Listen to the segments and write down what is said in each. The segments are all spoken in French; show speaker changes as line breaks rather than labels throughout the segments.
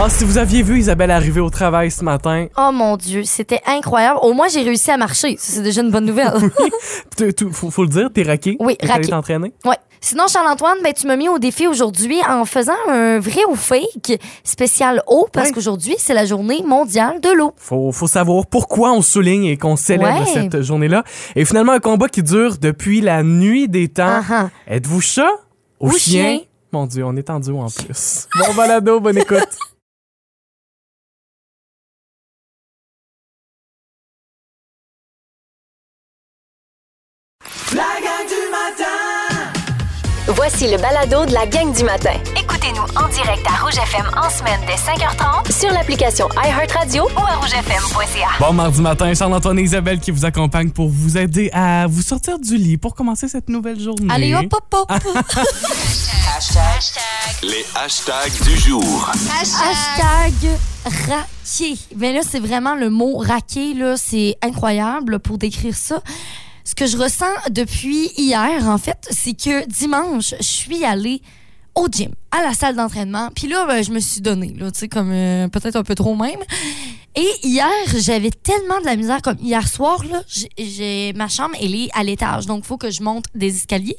Ah, si vous aviez vu Isabelle arriver au travail ce matin,
Oh mon Dieu, c'était incroyable. Au moins, j'ai réussi à marcher. Ça, c'est déjà une bonne nouvelle.
tu- tu- faut, faut le dire, t'es raqué.
Oui,
T'es allé
raqué.
t'entraîner.
ouais. Sinon, Charles-Antoine, ben, tu m'as mis au défi aujourd'hui en faisant un vrai ou fake spécial eau parce
Ouais.
qu'aujourd'hui, c'est la journée mondiale de l'eau.
Faut, faut savoir pourquoi on souligne et qu'on célèbre
Ouais.
cette journée-là. Et finalement, un combat qui dure depuis la nuit des temps.
Ah, ah.
Êtes-vous chat ou
Ou
chien?
chien?
Mon Dieu, on est tendu en plus. Bon balado, bonne écoute.
Voici le balado de la gang du matin. Écoutez-nous en direct à Rouge FM en semaine dès 5h30 sur l'application iHeartRadio ou à rougefm.ca.
Bon mardi matin, Charles-Antoine et Isabelle qui vous accompagnent pour vous aider à vous sortir du lit pour commencer cette nouvelle journée.
Allez, hop, hop, hop.
Les hashtags du jour.
Hashtag raqué. Mais là, c'est vraiment le mot raqué, là. C'est incroyable pour décrire ça. Ce que je ressens depuis hier, en fait, c'est que dimanche, je suis allée au gym, à la salle d'entraînement. Puis là, ben, je me suis donnée, là, tu sais, comme euh, peut-être un peu trop même. Et hier, j'avais tellement de la misère. Comme hier soir, là, j'ai- j'ai ma chambre, elle est à l'étage. Donc, il faut que je monte des escaliers.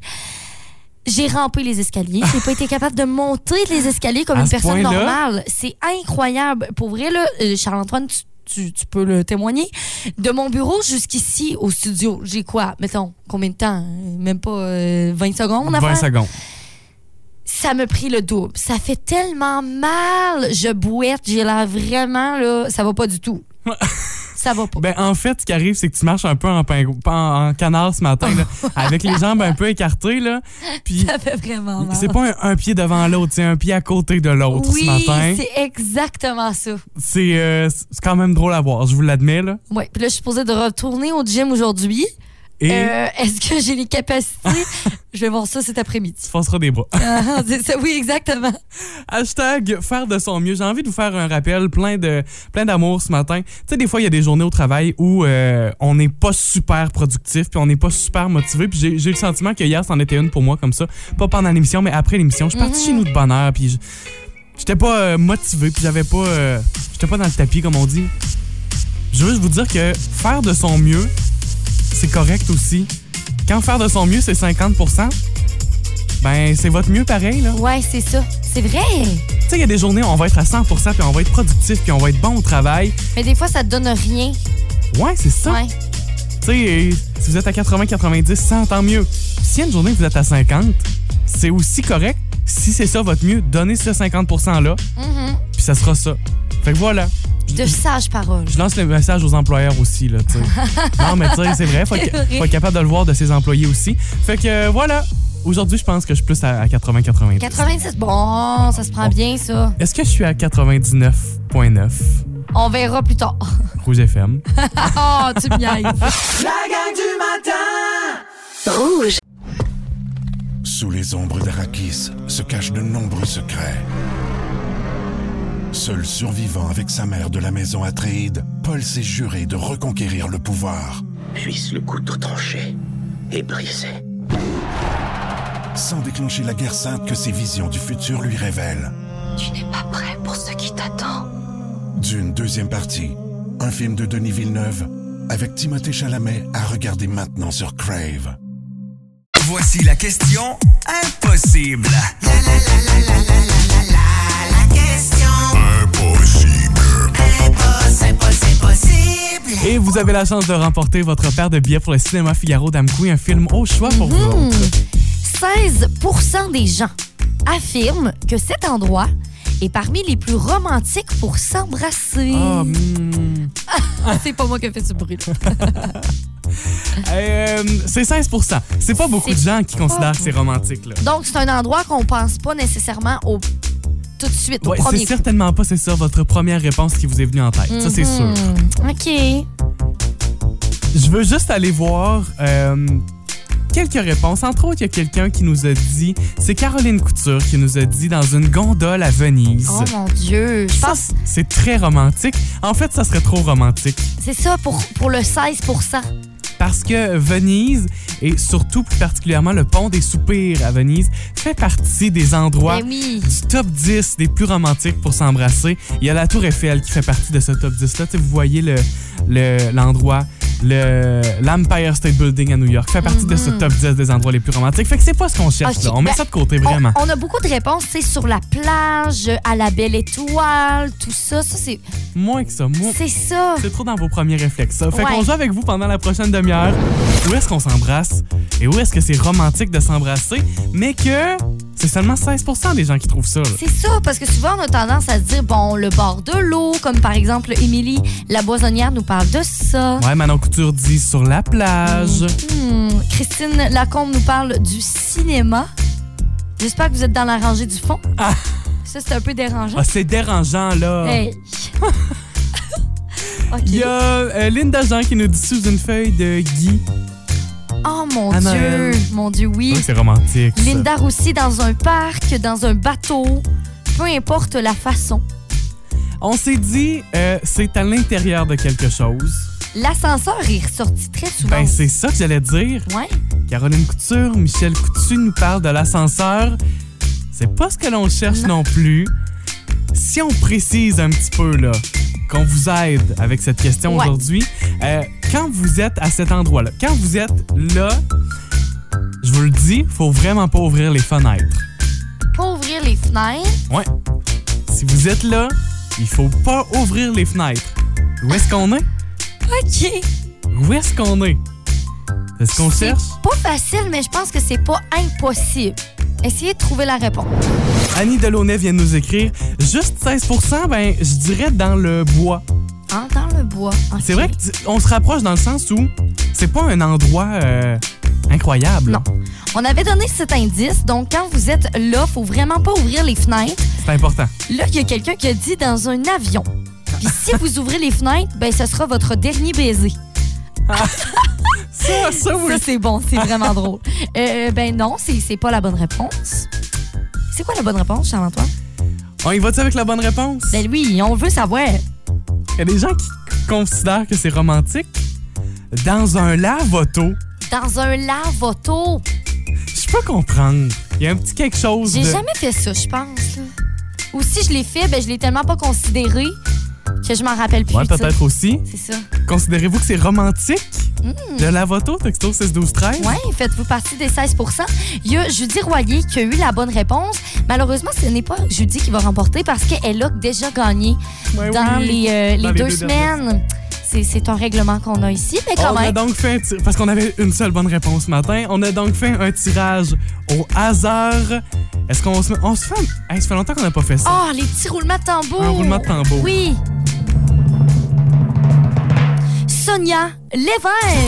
J'ai rampé les escaliers. J'ai pas été capable de monter les escaliers comme
À
une
ce
personne
point-là?
normale. C'est incroyable. Pour vrai, là, euh, Charles-Antoine, tu, tu- tu peux le témoigner. De mon bureau jusqu'ici au studio, j'ai quoi? Mettons, combien de temps? Même pas euh, 20 secondes à
20
faire?
secondes.
ça me prit le double. Ça fait tellement mal. Je bouette, j'ai l'air vraiment là, ça va pas du tout. ça va pas.
Ben, en fait, ce qui arrive, c'est que tu marches un peu en, pingou- en, en canard ce matin, là, avec les jambes un peu écartées. Là, puis
ça fait vraiment mal.
c'est pas un, un pied devant l'autre, c'est un pied à côté de l'autre
oui,
ce matin.
c'est exactement ça.
C'est euh, c'est quand même drôle à voir, je vous l'admets. là.
Ouais, puis là je suis supposée de retourner au gym aujourd'hui.
Et
Euh, est-ce que j'ai les capacités Je vais voir ça cet après-midi.
tu forceras des bras.
Ah, c'est ça, oui, exactement.
Hashtag faire de son mieux. J'ai envie de vous faire un rappel plein de plein d'amour ce matin. Tu sais, des fois, il y a des journées au travail où euh, on n'est pas super productif, puis on n'est pas super motivé. Puis j'ai- j'ai eu le sentiment que hier, c'en était une pour moi comme ça. Pas pendant l'émission, mais après l'émission. Je suis parti chez nous de bonne heure, puis je- j'étais pas euh, motivé, puis j'avais pas. euh, j'étais pas dans le tapis, comme on dit. Je veux juste vous dire que faire de son mieux, c'est correct aussi. Quand faire de son mieux, c'est 50 ben, c'est votre mieux pareil, là.
Ouais, c'est ça. C'est vrai.
Tu sais, il y a des journées où on va être à 100 puis on va être productif, puis on va être bon au travail.
Mais des fois ça te donne rien.
Ouais, c'est ça.
Ouais.
Tu sais, euh, si vous êtes à 80, 90, 100, tant mieux. Si y a une journée que vous êtes à 50, c'est aussi correct. Si c'est ça votre mieux, donnez ce 50 %-là,
Mhm.
puis ça sera ça. Fait que voilà. Je,
De sages paroles.
je lance le message aux employeurs aussi, là, tu sais. non, mais tu sais, c'est vrai, faut,
C'est
que-
vrai.
faut être capable de le voir de ses employés aussi. Fait que euh, voilà. Aujourd'hui, je pense que je suis plus à, à 80, 90.
96. Bon, ça se prend bien ça.
Est-ce que je suis à 99.9
On verra plus tard.
Rouge FM?
Oh, tu me niaises.
Sous les ombres d'Arakis se cachent de nombreux secrets. Seul survivant avec sa mère de la maison Atréide, Paul s'est juré de reconquérir le pouvoir.
puisse le couteau tranché et brisé.
sans déclencher la guerre sainte que ses visions du futur lui révèlent. Tu n'es pas prêt pour ce qui t'attend. D'une deuxième partie, un film de Denis Villeneuve avec Timothée Chalamet à regarder maintenant sur Crave.
Voici la question impossible. La la la la la la la la la la question impossible. Impossible, impossible.
Et vous avez la chance de remporter votre paire de billets pour le cinéma Figaro d'Amkoui, un film au choix pour
Mhm.
vous autres.
16 des gens affirment que cet endroit est parmi les plus romantiques pour s'embrasser.
Ah, hmm.
C'est pas moi qui ai fait ce bruit.
Euh, c'est 16 C'est pas beaucoup de
C'est
gens qui
pas
considèrent que c'est romantique. Là.
Donc, c'est un endroit qu'on pense pas nécessairement au tout de suite
Ouais,
au
c'est
premier coup.
certainement pas, c'est ça, votre première réponse qui vous est venue en tête. Ça, c'est sûr.
Mhm. OK.
Je veux juste aller voir euh, quelques réponses. Entre autres, il y a quelqu'un qui nous a dit, c'est Caroline Couture qui nous a dit dans une gondole à Venise.
Oh mon Dieu. Je
Ça,
pense
c'est très romantique. En fait, ça serait trop romantique.
c'est ça pour, pour le 16
Parce que Venise, et surtout plus particulièrement le pont des soupirs à Venise, fait partie des endroits
Ben oui.
du top 10 des plus romantiques pour s'embrasser. Il y a la Tour Eiffel qui fait partie de ce top 10-là. Vous voyez le- le- l'endroit, le, l'Empire State Building à New York fait partie de ce top 10 des endroits les plus romantiques. Fait que c'est pas ce qu'on cherche,
Mm-hmm. Ok,
là. On met
ben,
ça de côté, vraiment.
On, on a beaucoup de réponses, c'est sur la plage, à la belle étoile, tout ça. Ça, c'est,
Moins que ça. moins-
c'est ça.
C'est trop dans vos premiers réflexes. ça. Fait
Ouais.
qu'on joue avec vous pendant la prochaine demi-heure. Où est-ce qu'on s'embrasse et où est-ce que c'est romantique de s'embrasser, mais que c'est seulement 16% des gens qui trouvent ça. là.
C'est ça, parce que souvent, on a tendance à se dire, bon, le bord de l'eau, comme par exemple, Émilie, la boisonnière nous parle de ça.
Ouais, Manon Couture dit sur la plage.
Hmm, Christine Lacombe nous parle du cinéma. J'espère que vous êtes dans la rangée du fond.
Ah.
Ça, c'est un peu dérangeant.
Ah, c'est dérangeant, là.
Hey. OK.
Il y a euh, Linda Jean qui nous dit sous une feuille de Guy.
Oh mon
À
Dieu,
Noël.
mon Dieu, oui.
Ouais, c'est romantique. ça.
Linda Roussy dans un parc, dans un bateau, peu importe la façon.
On s'est dit, euh, c'est à l'intérieur de quelque chose.
L'ascenseur est ressorti très souvent.
Ben, c'est ça que j'allais dire.
ouais.
Caroline Couture, Michel Coutu nous parle de l'ascenseur. C'est pas ce que l'on cherche non. plus. Si on précise un petit peu, là, qu'on vous aide avec cette question
Ouais.
aujourd'hui, euh, quand vous êtes à cet endroit-là, quand vous êtes là, je vous le dis, faut vraiment pas ouvrir les fenêtres.
Pas ouvrir les fenêtres.
Ouais. Si vous êtes là, il faut pas ouvrir les fenêtres. Où est-ce qu'on est?
OK.
Où est-ce qu'on est? C'est ce qu'on
C'est
cherche?
pas facile, mais je pense que c'est pas impossible. Essayez de trouver la réponse.
Annie Delaunay vient de nous écrire juste 16 ben, je dirais dans le bois.
Hein, dans le bois. OK.
C'est vrai qu'on se rapproche dans le sens où c'est pas un endroit euh, incroyable.
Non. On avait donné cet indice, donc quand vous êtes là, faut vraiment pas ouvrir les fenêtres.
C'est important.
Là, il y a quelqu'un qui a dit dans un avion. Puis si vous ouvrez les fenêtres, ben ce sera votre dernier baiser.
Ça, ça, oui.
Ça, c'est bon, c'est vraiment drôle. Euh, ben non, c'est c'est pas la bonne réponse. C'est quoi la bonne réponse, Charles-Antoine?
On y va-tu avec la bonne réponse?
Ben oui, on veut savoir.
Il y a des gens qui considèrent que c'est romantique. Dans un lave-auto,
Dans un lave-auto.
je peux comprendre. Il y a un petit quelque chose
J'ai
de...
jamais fait ça, je pense. là. Ou si je l'ai fait, ben je l'ai tellement pas considéré que je m'en rappelle plus.
Ouais,
tu sais.
peut-être aussi.
C'est ça.
Considérez-vous que c'est romantique?
Hmm.
Le lavoto, texto 6 12 13
Oui, faites-vous partie des 16 Il y a Judy Royer qui a eu la bonne réponse. Malheureusement, ce n'est pas Judy qui va remporter parce qu'elle a déjà gagné
Ouais,
dans,
Ben oui.
les, euh, les
Dans les
deux,
deux dernières. Oh,
semaines. C'est- C'est un règlement qu'on a ici, mais quand
On a
même.
donc fait un tir- parce qu'on avait une seule bonne réponse ce matin. On a donc fait un tirage au hasard. Est-ce qu'on se, on se fait un- Hey, ça fait longtemps qu'on n'a pas fait ça.
Oh, les petits roulements de tambour.
Un roulement de tambour.
Oui. Sonia Lévesque.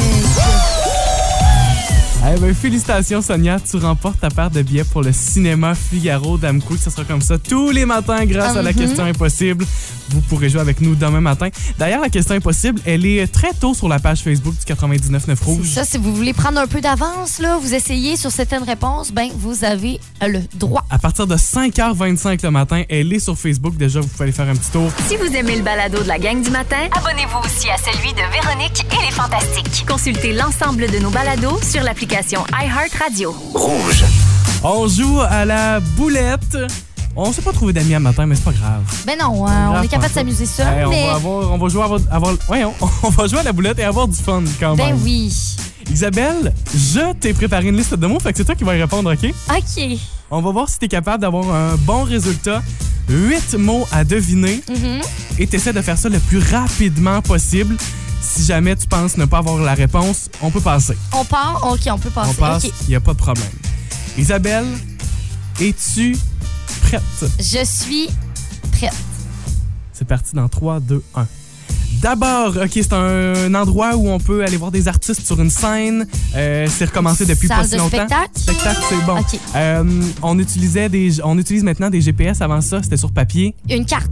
Oh.
Eh ben, félicitations Sonia, tu remportes ta part de billets pour le cinéma Figaro d'Amco. Ça sera comme ça tous les matins grâce à la
Mhm.
question impossible. Vous pourrez jouer avec nous demain matin. D'ailleurs, la question impossible, elle est très tôt sur la page Facebook du 99.9 Rouge.
C'est Ça, si vous voulez prendre un peu d'avance, là, vous essayez sur certaines réponses, ben vous avez le droit.
À partir de 5h25 le matin, elle est sur Facebook. Déjà, vous pouvez aller faire un petit tour.
Si vous aimez le balado de la gang du matin, abonnez-vous aussi à celui de Véronique et les Fantastiques. Consultez l'ensemble de nos balados sur l'application iHeartRadio.
Rouge.
On joue à la boulette. On s'est pas trouvé d'amis à matin, mais c'est pas grave. Ah,
Ben non, hein, on est capable de s'amuser seul,
Hey, Eh, on,
mais
va avoir- on va jouer à avoir, avoir- voyons, on va jouer à la boulette et avoir du fun quand
ben
même.
oui.
Isabelle, je t'ai préparé une liste de mots, fait que c'est toi qui vas y répondre, OK?
OK.
On va voir si t'es capable d'avoir un bon résultat. Huit mots à deviner
Mhm.
et t'essaies de faire ça le plus rapidement possible. Si jamais tu penses ne pas avoir la réponse, on peut passer.
On part, OK, on peut passer.
On passe, il
OK.
n'y a pas de problème. Isabelle, es-tu prête?
Je suis prête.
C'est parti dans 3, 2, 1. D'abord, OK, c'est un endroit où on peut aller voir des artistes sur une scène. Euh, c'est recommencé depuis
Salle
pas si
de
longtemps.
spectacle?
Spectacle, c'est bon.
OK.
Euh, on, utilisait des, on utilise maintenant des GPS. Avant ça, c'était sur papier.
Une carte,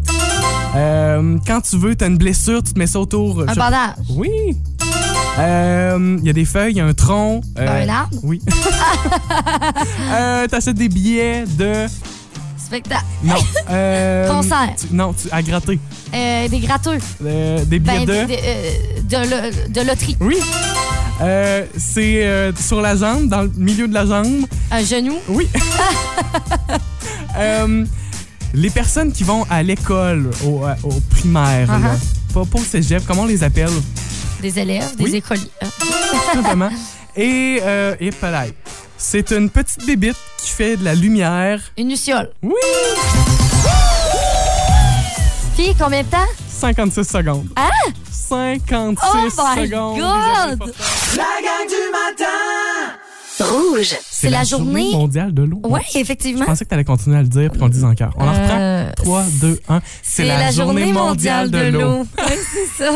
Euh, quand tu veux, t'as une blessure, tu te mets ça autour.
un
je-
bandage,
Oui. Euh, Il y a des feuilles, il y a un tronc. euh,
un arbre,
Oui. euh, T'achètes des billets de.
spectacle,
Non. Euh,
Concert.
tu- non, tu, à gratter.
euh, des gratteux,
Euh, des billets de.
ben, des- euh, de, lo- de loterie,
Oui. Euh, c'est euh, sur la jambe, dans le milieu de la jambe.
un genou,
Oui. Euh, les personnes qui vont à l'école, au, euh, au primaire,
Uh-huh.
là, pas, pas au cégep, comment on les appelle
des élèves, des
Oui.
écoliers. hein.
tout simplement. Et, euh, et pareil. C'est une petite bébite qui fait de la lumière.
Une luciole.
Oui!
Puis, combien de temps?
56 secondes.
Hein?
56
Oh my
secondes.
God!
Rouge.
C'est la journée.
mondiale de l'eau.
Oui,
Je
effectivement.
pensais que t'allais continuer à le dire puis qu'on le dise encore. On en reprend.
Euh,
3, 2, 1.
C'est la, journée mondiale de l'eau. Oui, c'est ça.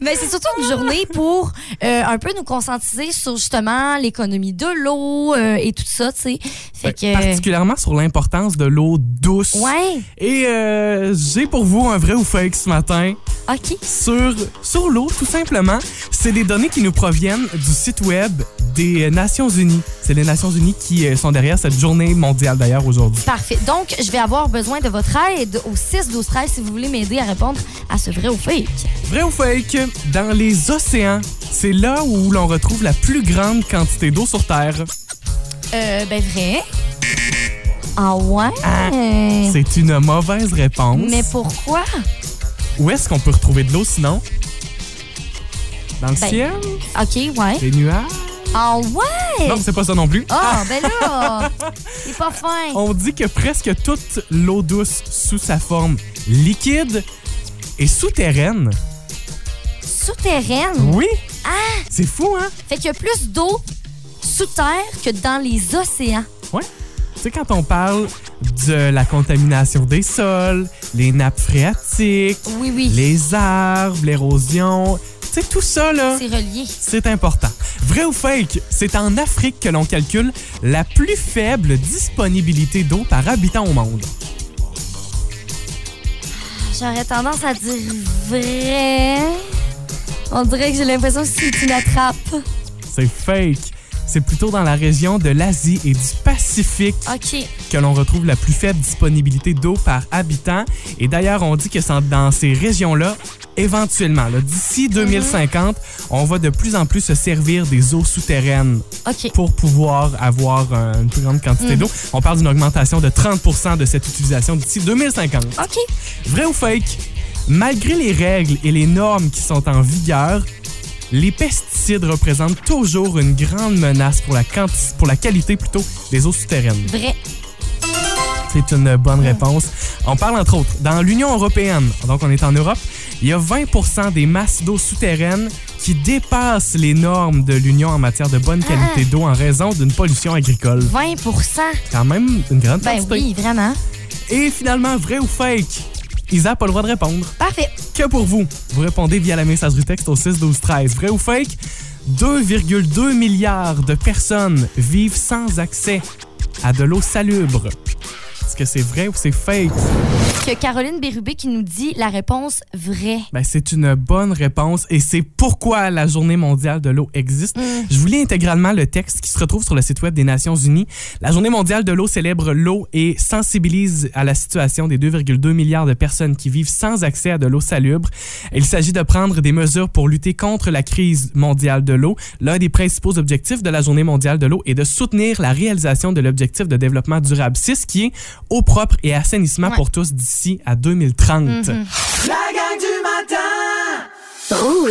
Mais c'est surtout une journée pour euh, un peu nous conscientiser sur justement l'économie de l'eau euh, et tout ça, tu sais. Fait
Ben,
que.
Particulièrement sur l'importance de l'eau douce.
Ouais,
Et euh, j'ai pour vous un vrai ou fake ce matin
OK.
sur, sur l'eau, tout simplement. C'est des données qui nous proviennent du site web des euh, Nations Unies. C'est les Nations Unies qui euh, sont derrière cette journée mondiale d'ailleurs aujourd'hui.
Parfait. Donc, je vais avoir besoin de votre aide au 6 12 13 si vous voulez m'aider à répondre à ce vrai ou fake.
Vrai ou fake, dans les océans, c'est là où l'on retrouve la plus grande quantité d'eau sur Terre.
Euh, ben vrai. Ah ouais.
C'est une mauvaise réponse.
Mais pourquoi?
Où est-ce qu'on peut retrouver de l'eau sinon? Dans le
Ben.
ciel?
OK, ouais.
Les nuages?
Ah ouais.
Non, c'est pas ça non plus.
Ah, ben là, c'est pas fin.
On dit que presque toute l'eau douce sous sa forme liquide est souterraine.
Souterraine.
Oui?
Ah!
C'est fou, hein?
Fait qu'il y a plus d'eau sous terre que dans les océans.
Ouais. Tu sais, quand on parle de la contamination des sols, les nappes phréatiques,
Oui, oui.
les arbres, l'érosion, tu sais, tout ça, là,
C'est relié.
c'est important. Vrai ou fake, c'est en Afrique que l'on calcule la plus faible disponibilité d'eau par habitant au monde.
J'aurais tendance à dire vrai. On dirait que j'ai l'impression que c'est une attrape.
C'est fake. C'est plutôt dans la région de l'Asie et du Pacifique
OK.
que l'on retrouve la plus faible disponibilité d'eau par habitant. Et d'ailleurs, on dit que c'est dans ces régions-là, éventuellement, là, d'ici 2050, on va de plus en plus se servir des eaux souterraines
OK.
pour pouvoir avoir euh, une plus grande quantité d'eau. On parle d'une augmentation de 30 de cette utilisation d'ici 2050.
OK.
Vrai ou fake? Malgré les règles et les normes qui sont en vigueur, les pesticides représentent toujours une grande menace pour la, quanti- pour la qualité plutôt des eaux souterraines.
Vrai.
C'est une bonne réponse. On parle entre autres dans l'Union européenne, donc on est en Europe, il y a 20 des masses d'eau souterraine qui dépassent les normes de l'Union en matière de bonne qualité d'eau en raison d'une pollution agricole.
20
Quand même Ah, une grande
Ben
quantité.
oui, vraiment.
Et finalement, vrai ou fake? Isa n'a pas le droit de répondre.
Parfait.
Que pour vous, vous répondez via la messagerie texte au 6 12 13. Vrai ou fake? 2,2 milliards de personnes vivent sans accès à de l'eau salubre. Est-ce que c'est vrai ou c'est fake?
Que Caroline Bérubé qui nous dit la réponse vraie.
Ben, c'est une bonne réponse et c'est pourquoi la Journée mondiale de l'eau existe. Je vous lis intégralement le texte qui se retrouve sur le site web des Nations Unies. La Journée mondiale de l'eau célèbre l'eau et sensibilise à la situation des 2,2 milliards de personnes qui vivent sans accès à de l'eau salubre. Il s'agit de prendre des mesures pour lutter contre la crise mondiale de l'eau. L'un des principaux objectifs de la Journée mondiale de l'eau est de soutenir la réalisation de l'objectif de développement durable 6 qui est eau propre et assainissement
Ouais.
pour tous d'ici à 2030.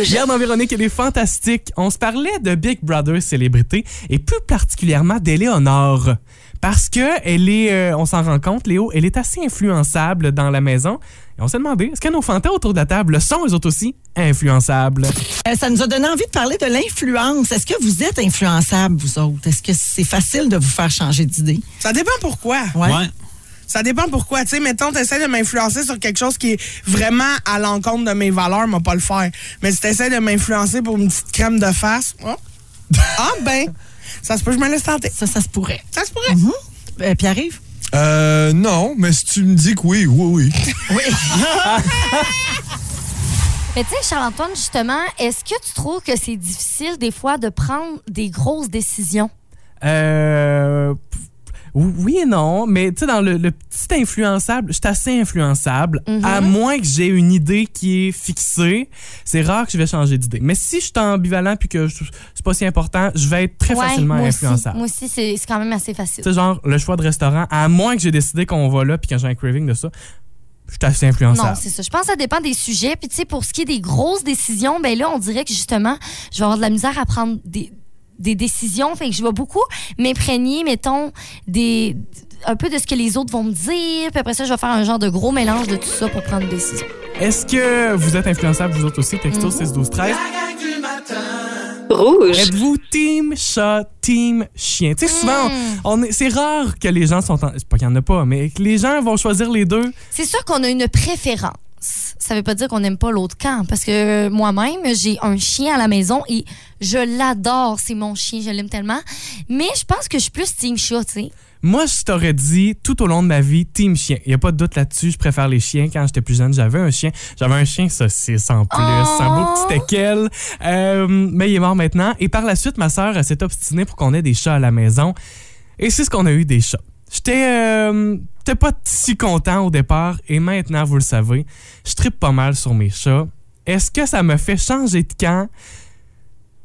Hier dans Véronique, elle est fantastique. On se parlait de Big Brother célébrité et plus particulièrement d'Éléonore. Parce que elle est, euh, on s'en rend compte, Léo, elle est assez influençable dans la maison. Et on s'est demandé, est-ce que nos fantômes autour de la table le sont eux autres aussi influençables?
Euh, ça nous a donné envie de parler de l'influence. Est-ce que vous êtes influençable, vous autres? Est-ce que c'est facile de vous faire changer d'idée?
Ça dépend pourquoi.
Ouais.
Ouais.
Ça dépend pourquoi. Tu sais, mettons, t'essaies de m'influencer sur quelque chose qui est vraiment à l'encontre de mes valeurs, moi, pas le faire. Mais si t'essaies de m'influencer pour une petite crème de face, oh. ah ben, ça se peut, je me laisse tenter.
Ça, ça se pourrait.
Ça se pourrait.
Mhm. Euh, Pierre-Yves?
Euh, non, mais si tu me dis que oui, oui, oui.
Mais tu sais, Charles-Antoine, justement, est-ce que tu trouves que c'est difficile des fois de prendre des grosses décisions?
Euh, p- oui oui et non, mais tu sais, dans le, le petit influençable, je suis assez influençable,
Mm-hmm.
à moins que j'ai une idée qui est fixée. C'est rare que je vais changer d'idée. Mais si je suis ambivalent puis que je- c'est pas si important, je vais être très
Ouais,
facilement
moi Aussi.
influençable.
Moi aussi, c'est c'est quand même assez facile.
Tu sais, genre, le choix de restaurant, à moins que j'ai décidé qu'on va là puis que j'ai un craving de ça, je suis assez
Non,
influençable.
c'est ça. Je pense que ça dépend des sujets. Puis, tu sais, pour ce qui est des grosses décisions, ben là, on dirait que justement, je vais avoir de la misère à prendre des, des décisions. Fait que je vais beaucoup m'imprégner, mettons, des un peu de ce que les autres vont me dire. Puis après ça, je vais faire un genre de gros mélange de tout ça pour prendre des décisions.
Est-ce que vous êtes influençable, vous autres aussi, texto 6 12 13
Rouge.
Êtes-vous team chat, team chien? Tu sais, souvent, on, on est- c'est rare que les gens sont en. C'est pas qu'il y en a pas, mais que les gens vont choisir les deux.
C'est sûr qu'on a une préférence. Ça veut pas dire qu'on n'aime pas l'autre camp, parce que euh, moi-même, j'ai un chien à la maison et je l'adore. C'est mon chien, je l'aime tellement. Mais je pense que je suis plus team chat, tu sais.
Moi, je t'aurais dit tout au long de ma vie, team chien. Il n'y a pas de doute là-dessus. Je préfère les chiens. Quand j'étais plus jeune, j'avais un chien. J'avais un chien saucisse en plus.
Oh!
Un beau petit teckel. Euh, mais il est mort maintenant. Et par la suite, ma sœur elle s'est obstinée pour qu'on ait des chats à la maison. Et c'est ce qu'on a eu des chats. J'étais euh, j'étais pas si content au départ. Et maintenant, vous le savez, je tripe pas mal sur mes chats. Est-ce que ça me fait changer de camp?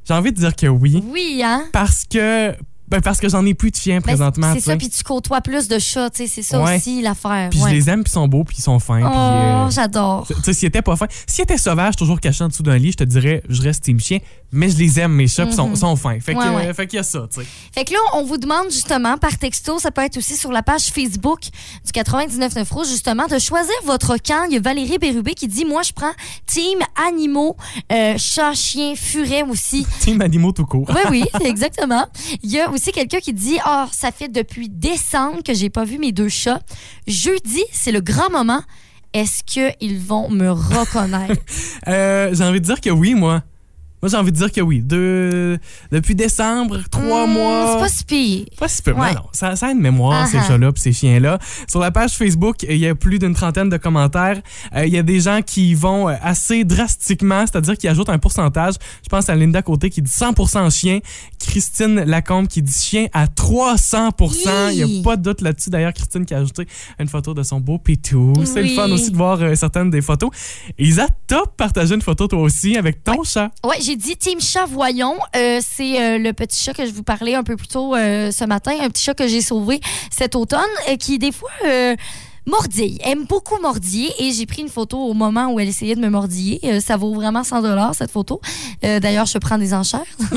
J'ai envie de dire que oui.
Oui, hein?
Parce que... Ben parce que j'en ai plus de chiens
Ben,
présentement.
C'est
tu
ça,
sais.
puis tu côtoies plus de chats, tu sais, c'est ça
Ouais.
aussi l'affaire.
Puis
ouais.
je les aime, puis ils sont beaux, puis ils sont fins. puis,
Oh,
euh,
j'adore.
tu sais, s'ils étaient pas fins, s'ils étaient sauvages, toujours cachés en dessous d'un lit, je te dirais, je reste team chien, mais je les aime, mes chats, puis ils sont, sont fins. Fait que,
Mm-hmm. Ouais, ouais.
euh, fait qu'il y a ça, tu sais.
Fait que là, on vous demande justement par texto, ça peut être aussi sur la page Facebook du 99.9 Rouge, justement, de choisir votre camp. Il y a Valérie Bérubé qui dit, moi, je prends team animaux, euh, chat, chien, furet aussi.
Team animaux tout court.
Oui, oui, exactement. Il y a aussi quelqu'un qui dit Ah, ça fait depuis décembre que j'ai pas vu mes deux chats. Jeudi, c'est le grand moment. Est-ce qu'ils vont me reconnaître?
Euh, j'ai envie de dire que oui, moi. Moi, j'ai envie de dire que oui. Deux- Depuis décembre, trois
Hmm,
mois.
C'est pas si pire.
Pas si peu, mais
Ouais.
non. Ça, ça a une mémoire,
Ah
ces
ah.
chats-là pis ces chiens-là. Sur la page Facebook, il y a plus d'une trentaine de commentaires. Euh, Il y a des gens qui vont euh, assez drastiquement, c'est-à-dire qui ajoutent un pourcentage. Je pense à Linda Côté qui dit 100% chien. Christine Lacombe qui dit chien à 300%. Il
Hi.
n'y a pas de doute là-dessus. D'ailleurs, Christine qui a ajouté une photo de son beau pitou. C'est le
Oui.
fun aussi de voir euh, certaines des photos. Isa, top partagé une photo toi aussi avec ton chat.
Ouais, j'ai dit Team Chat Voyons. Euh, c'est euh, le petit chat que je vous parlais un peu plus tôt euh, ce matin, un petit chat que j'ai sauvé cet automne, euh, qui des fois euh, mordille, aime beaucoup mordiller. Et j'ai pris une photo au moment où elle essayait de me mordiller. Euh, ça vaut vraiment 100 dollars cette photo. Euh, D'ailleurs, je prends des enchères.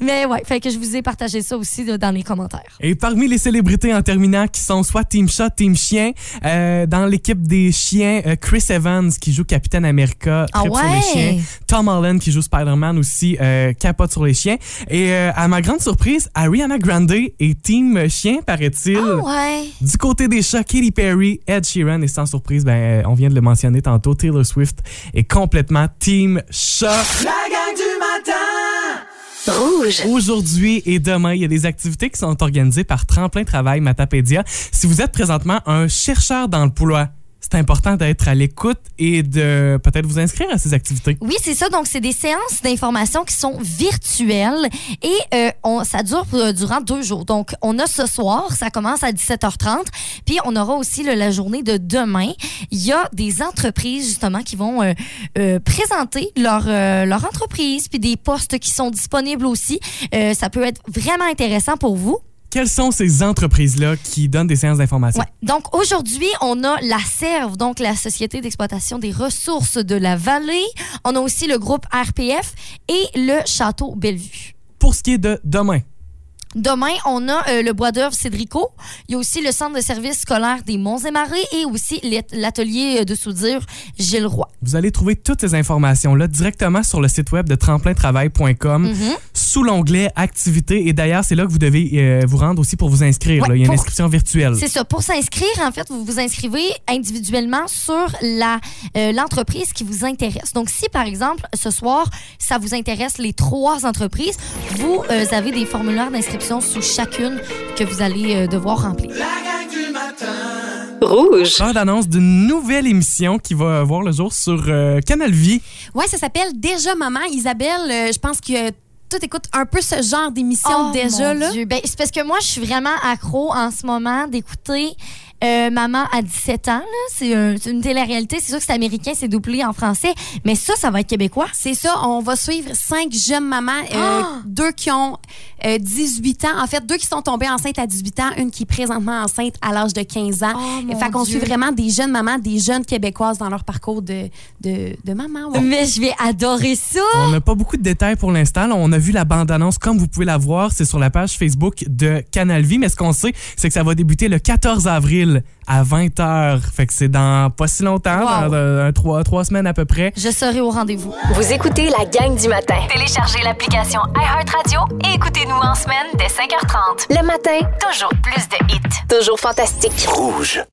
Mais ouais, fait que je vous ai partagé ça aussi là, dans les commentaires.
Et parmi les célébrités en terminant qui sont soit Team Chat, Team Chien, euh, dans l'équipe des chiens, euh, Chris Evans qui joue Capitaine America,
Ah
trip
ouais?
sur les chiens. Tom Holland qui joue Spider-Man aussi, euh, capote sur les chiens. Et euh, à ma grande surprise, Ariana Grande est Team Chien, paraît-il.
Ah ouais.
Du côté des chats, Katy Perry, Ed Sheeran et sans surprise, ben, euh, on vient de le mentionner tantôt, Taylor Swift est complètement Team Chat.
Rouge.
Aujourd'hui et demain, il y a des activités qui sont organisées par Tremplin Travail Matapédia. Si vous êtes présentement un chercheur dans le pouloi, c'est important d'être à l'écoute et de peut-être vous inscrire à ces activités.
Oui, c'est ça. Donc, c'est des séances d'information qui sont virtuelles et euh, on, ça dure euh, durant deux jours. Donc, on a ce soir, ça commence à 17h30, puis on aura aussi là, la journée de demain. Il y a des entreprises, justement, qui vont euh, euh, présenter leur, euh, leur entreprise, puis des postes qui sont disponibles aussi. Euh, ça peut être vraiment intéressant pour vous.
Quelles sont ces entreprises-là qui donnent des séances d'information?
Ouais. Donc aujourd'hui, on a la Serve, donc la Société d'exploitation des ressources de la vallée. On a aussi le groupe RPF et le Château Bellevue.
Pour ce qui est de demain,
Demain, on a euh, le bois d'œuvre Cédrico. Il y a aussi le centre de services scolaires des Monts-et-Marais et aussi l'at- l'atelier euh, de soudure Gilles Roy.
Vous allez trouver toutes ces informations-là directement sur le site web de tremplintravail.com
Mhm.
sous l'onglet Activités. Et d'ailleurs, c'est là que vous devez euh, vous rendre aussi pour vous inscrire.
Ouais,
là. Il y a une
pour-
inscription virtuelle.
C'est ça. Pour s'inscrire, en fait, vous vous inscrivez individuellement sur la euh, l'entreprise qui vous intéresse. Donc, si par exemple ce soir ça vous intéresse les trois entreprises, vous euh, avez des formulaires d'inscription sous chacune que vous allez euh, devoir remplir.
Rouge. Bande annonce d'une nouvelle émission qui va voir le jour sur euh, Canal Vie.
Ouais, ça s'appelle Déjà Maman. Isabelle, euh, je pense que tout écoute un peu ce genre d'émission
Oh,
déjà.
mon
là.
Dieu. Ben, c'est parce que moi, je suis vraiment accro en ce moment d'écouter euh, Maman à 17 ans. là. C'est un- c'est une télé-réalité. C'est sûr que c'est américain, c'est doublé en français. Mais ça, ça va être québécois.
C'est ça, on va suivre cinq jeunes mamans, euh,
Ah!
deux qui ont euh, 18 ans, en fait, deux qui sont tombées enceintes à 18 ans, une qui est présentement enceinte à l'âge de 15 ans.
Oh, mon
fait qu'on
Dieu.
suit vraiment des jeunes mamans, des jeunes québécoises dans leur parcours de, de, de maman. ouais.
Mais je vais adorer ça.
On n'a pas beaucoup de détails pour l'instant. là. On a vu la bande-annonce, comme vous pouvez la voir, c'est sur la page Facebook de Canal Vie. Mais ce qu'on sait, c'est que ça va débuter le 14 avril à 20h. Fait que c'est dans pas si longtemps,
Wow.
dans euh, un- trois, trois semaines à peu près.
Je serai au rendez-vous.
Vous écoutez la gang du matin. Téléchargez l'application iHeartRadio et écoutez-nous en semaine dès 5h30. Le matin, toujours plus de hits. Toujours fantastique.
Rouge.